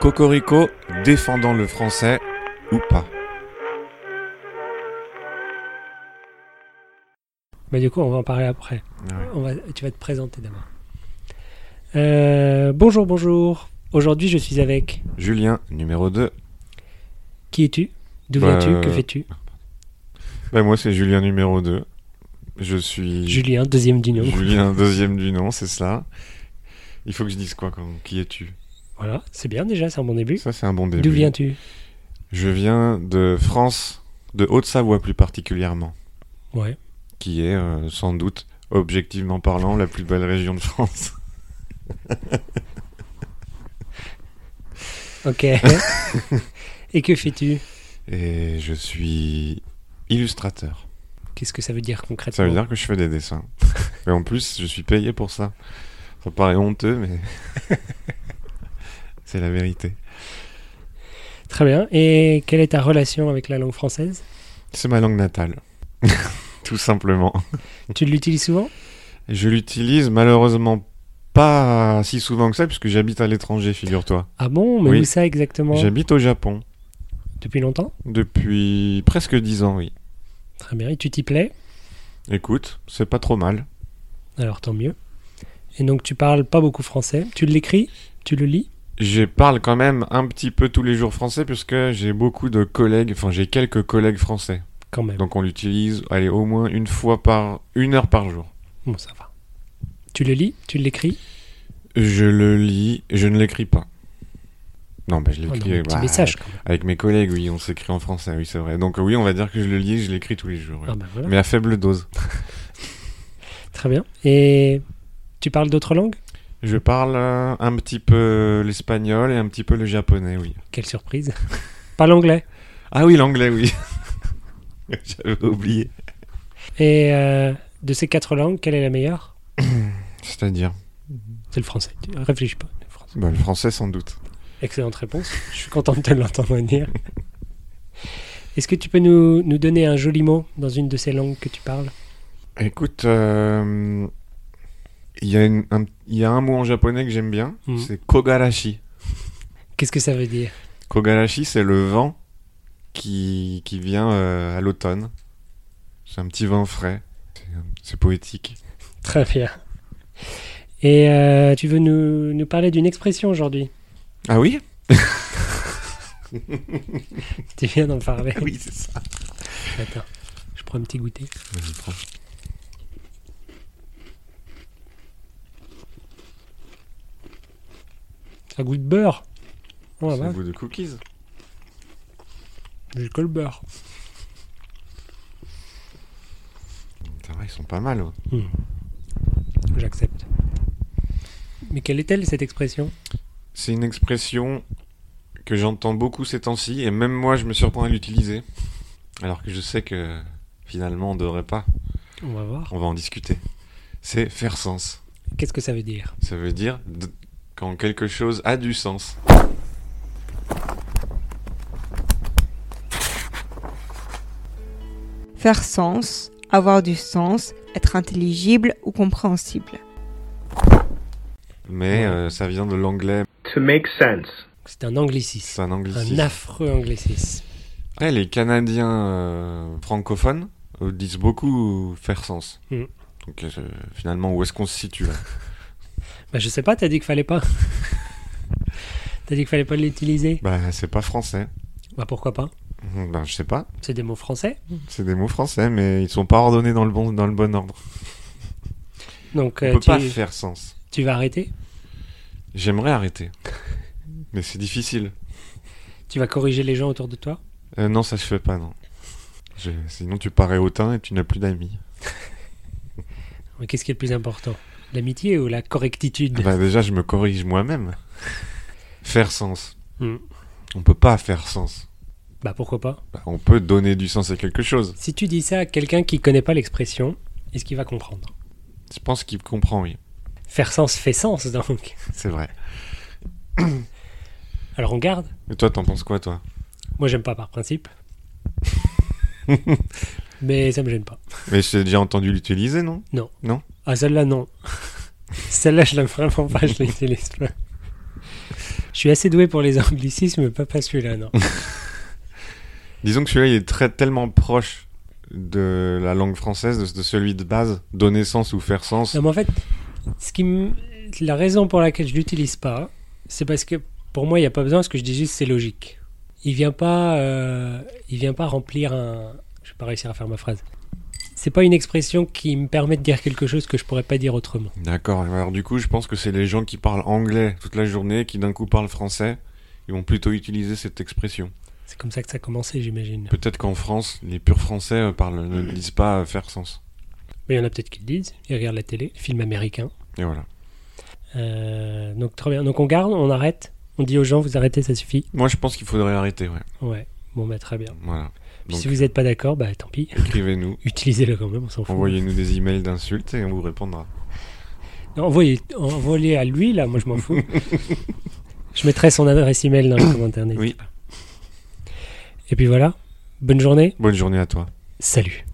Cocorico défendant le français ou pas. Bah, du coup, on va en parler après. Ouais. On va, tu vas te présenter d'abord. Euh, bonjour, bonjour. Aujourd'hui, je suis avec. Julien, numéro 2. Qui es-tu D'où Bah, viens-tu Que euh, fais-tu Bah, moi, c'est Julien, numéro 2. Je suis Julien, deuxième du nom. Julien, deuxième du nom, c'est cela. Il faut que je dise quoi quand- Qui es-tu Voilà, c'est bien déjà, c'est un bon début. Ça, c'est un bon début. D'où viens-tu Je viens de France, de Haute-Savoie plus particulièrement, Ouais. qui est euh, sans doute, objectivement parlant, la plus belle région de France. Ok. Et que fais-tu Et je suis illustrateur. Qu'est-ce que ça veut dire concrètement Ça veut dire que je fais des dessins. Mais en plus, je suis payé pour ça. Ça paraît honteux, mais c'est la vérité. Très bien. Et quelle est ta relation avec la langue française C'est ma langue natale. Tout simplement. Tu l'utilises souvent Je l'utilise malheureusement pas si souvent que ça, puisque j'habite à l'étranger, figure-toi. Ah bon Mais Oui. où ça exactement J'habite au Japon Depuis longtemps depuis presque 10 ans, oui. Très bien. Et tu t'y plais Écoute, c'est pas trop mal. Alors tant mieux. Et donc tu parles pas beaucoup français. Tu l'écris Tu le lis Je parle quand même un petit peu tous les jours français, puisque j'ai beaucoup de collègues, enfin j'ai quelques collègues français. Quand même. Donc on l'utilise, allez, au moins une fois par... une heure par jour. Bon, ça va. Tu le lis Tu l'écris Je le lis, je ne l'écris pas. Non, bah, je Oh non, l'écris Un bah, petit message quand même. avec mes collègues, oui, on s'écrit en français, oui, c'est vrai. Donc oui, on va dire que je le lis, et je l'écris tous les jours. oui. Ah ben voilà. Mais à faible dose. Très bien. Et tu parles d'autres langues Je parle euh, un petit peu l'espagnol et un petit peu le japonais, oui. Quelle surprise. pas l'anglais. Ah oui, l'anglais, oui. J'avais oublié. Et euh, de ces quatre langues, quelle est la meilleure C'est-à-dire C'est le français. Tu- Réfléchis pas. Le français. bah, Le français, sans doute. Excellente réponse. Je suis content de te l'entendre dire. Est-ce que tu peux nous, nous donner un joli mot dans une de ces langues que tu parles Écoute, euh, il y, a une- un- il y a un mot en japonais que j'aime bien, Mhm. c'est kogarashi. Qu'est-ce que ça veut dire Kogarashi, c'est le vent qui, qui vient euh, à l'automne. C'est un petit vent frais. C'est- C'est poétique. Très bien. Et euh, tu veux nous, nous parler d'une expression aujourd'hui Ah oui Tu viens d'en parler. Ah Oui, c'est ça. Attends, je prends un petit goûter. Ça goûte beurre. Oh, la c'est un vache, goût de cookies. j'ai que le beurre. Putain, ouais, ils sont pas mal. ouais. J'accepte. Mais quelle est-elle cette expression C'est une expression que j'entends beaucoup ces temps-ci, et même moi, je me surprends à l'utiliser. Alors que je sais que finalement, on devrait pas. On va voir. On va en discuter. C'est faire sens. Qu'est-ce que ça veut dire Ça veut dire d- quand quelque chose a du sens. Faire sens, avoir du sens, être intelligible ou compréhensible. Mais Ouais. euh, ça vient de l'anglais. to make sense. C'est un anglicisme. C'est un anglicisme. Un affreux anglicisme. Ouais, les Canadiens euh, francophones euh, disent beaucoup faire sens. Mm. Donc euh, finalement, où est-ce qu'on se situe là Bah, je sais pas, t'as dit qu'il fallait pas. t'as dit qu'il fallait pas l'utiliser Bah, c'est pas français. Bah pourquoi pas Ben, je sais pas. C'est des mots français. C'est des mots français, mais ils sont pas ordonnés dans le bon, dans le bon ordre. Donc On euh, peut tu, pas faire sens. tu vas arrêter J'aimerais arrêter. mais c'est difficile. Tu vas corriger les gens autour de toi Euh, non, ça se fait pas, non. Je- Sinon, tu parais hautain et tu n'as plus d'amis. Mais Qu'est-ce qui est le plus important L'amitié ou la correctitude Bah, déjà, je me corrige moi-même. faire sens. Mm. On peut pas faire sens. Bah pourquoi pas Bah, on peut donner du sens à quelque chose. Si tu dis ça à quelqu'un qui connaît pas l'expression, est-ce qu'il va comprendre Je pense qu'il comprend, oui. Faire sens fait sens donc. C'est vrai. Alors on garde Et toi, t'en penses quoi, toi Moi j'aime pas par principe. Mais ça me gêne pas. Mais je t'ai déjà entendu l'utiliser, non Ah celle-là non. celle-là je l'aime vraiment pas, je l'utilise pas. Je suis assez doué pour les anglicismes, pas, pas celui-là, non. Disons que celui-là, il est très, tellement proche de la langue française, de, de celui de base, donner sens ou faire sens. Non, mais en fait, ce qui me- la raison pour laquelle je l'utilise pas, c'est parce que pour moi, il n'y a pas besoin, parce que je dis juste c'est logique. Il vient pas, euh, il vient pas remplir un. Je vais pas réussir à faire ma phrase. C'est pas une expression qui me permet de dire quelque chose que je pourrais pas dire autrement. D'accord, alors du coup, je pense que c'est les gens qui parlent anglais toute la journée, qui d'un coup parlent français, ils vont plutôt utiliser cette expression. C'est comme ça que ça a commencé, j'imagine. Peut-être qu'en France, les purs français euh, parlent, ne disent pas euh, faire sens. Mais il y en a peut-être qui le disent. Ils regardent la télé, film américain. Et voilà. Euh, donc très bien. Donc on garde, on arrête. On dit aux gens, vous arrêtez, ça suffit. Moi, je pense qu'il faudrait arrêter, ouais. Ouais. Bon, bah très bien. Voilà. Puis Donc- si vous n'êtes pas d'accord, bah tant pis. Écrivez-nous, Utilisez-le quand même, on s'en fout. envoyez-nous des emails d'insultes et on vous répondra. Non, envoyez, envoyez à lui, là, moi je m'en fous. je mettrai son adresse email dans les commentaires. n'hésitez Oui. pas. Et puis voilà. Bonne journée. Bonne journée à toi. Salut.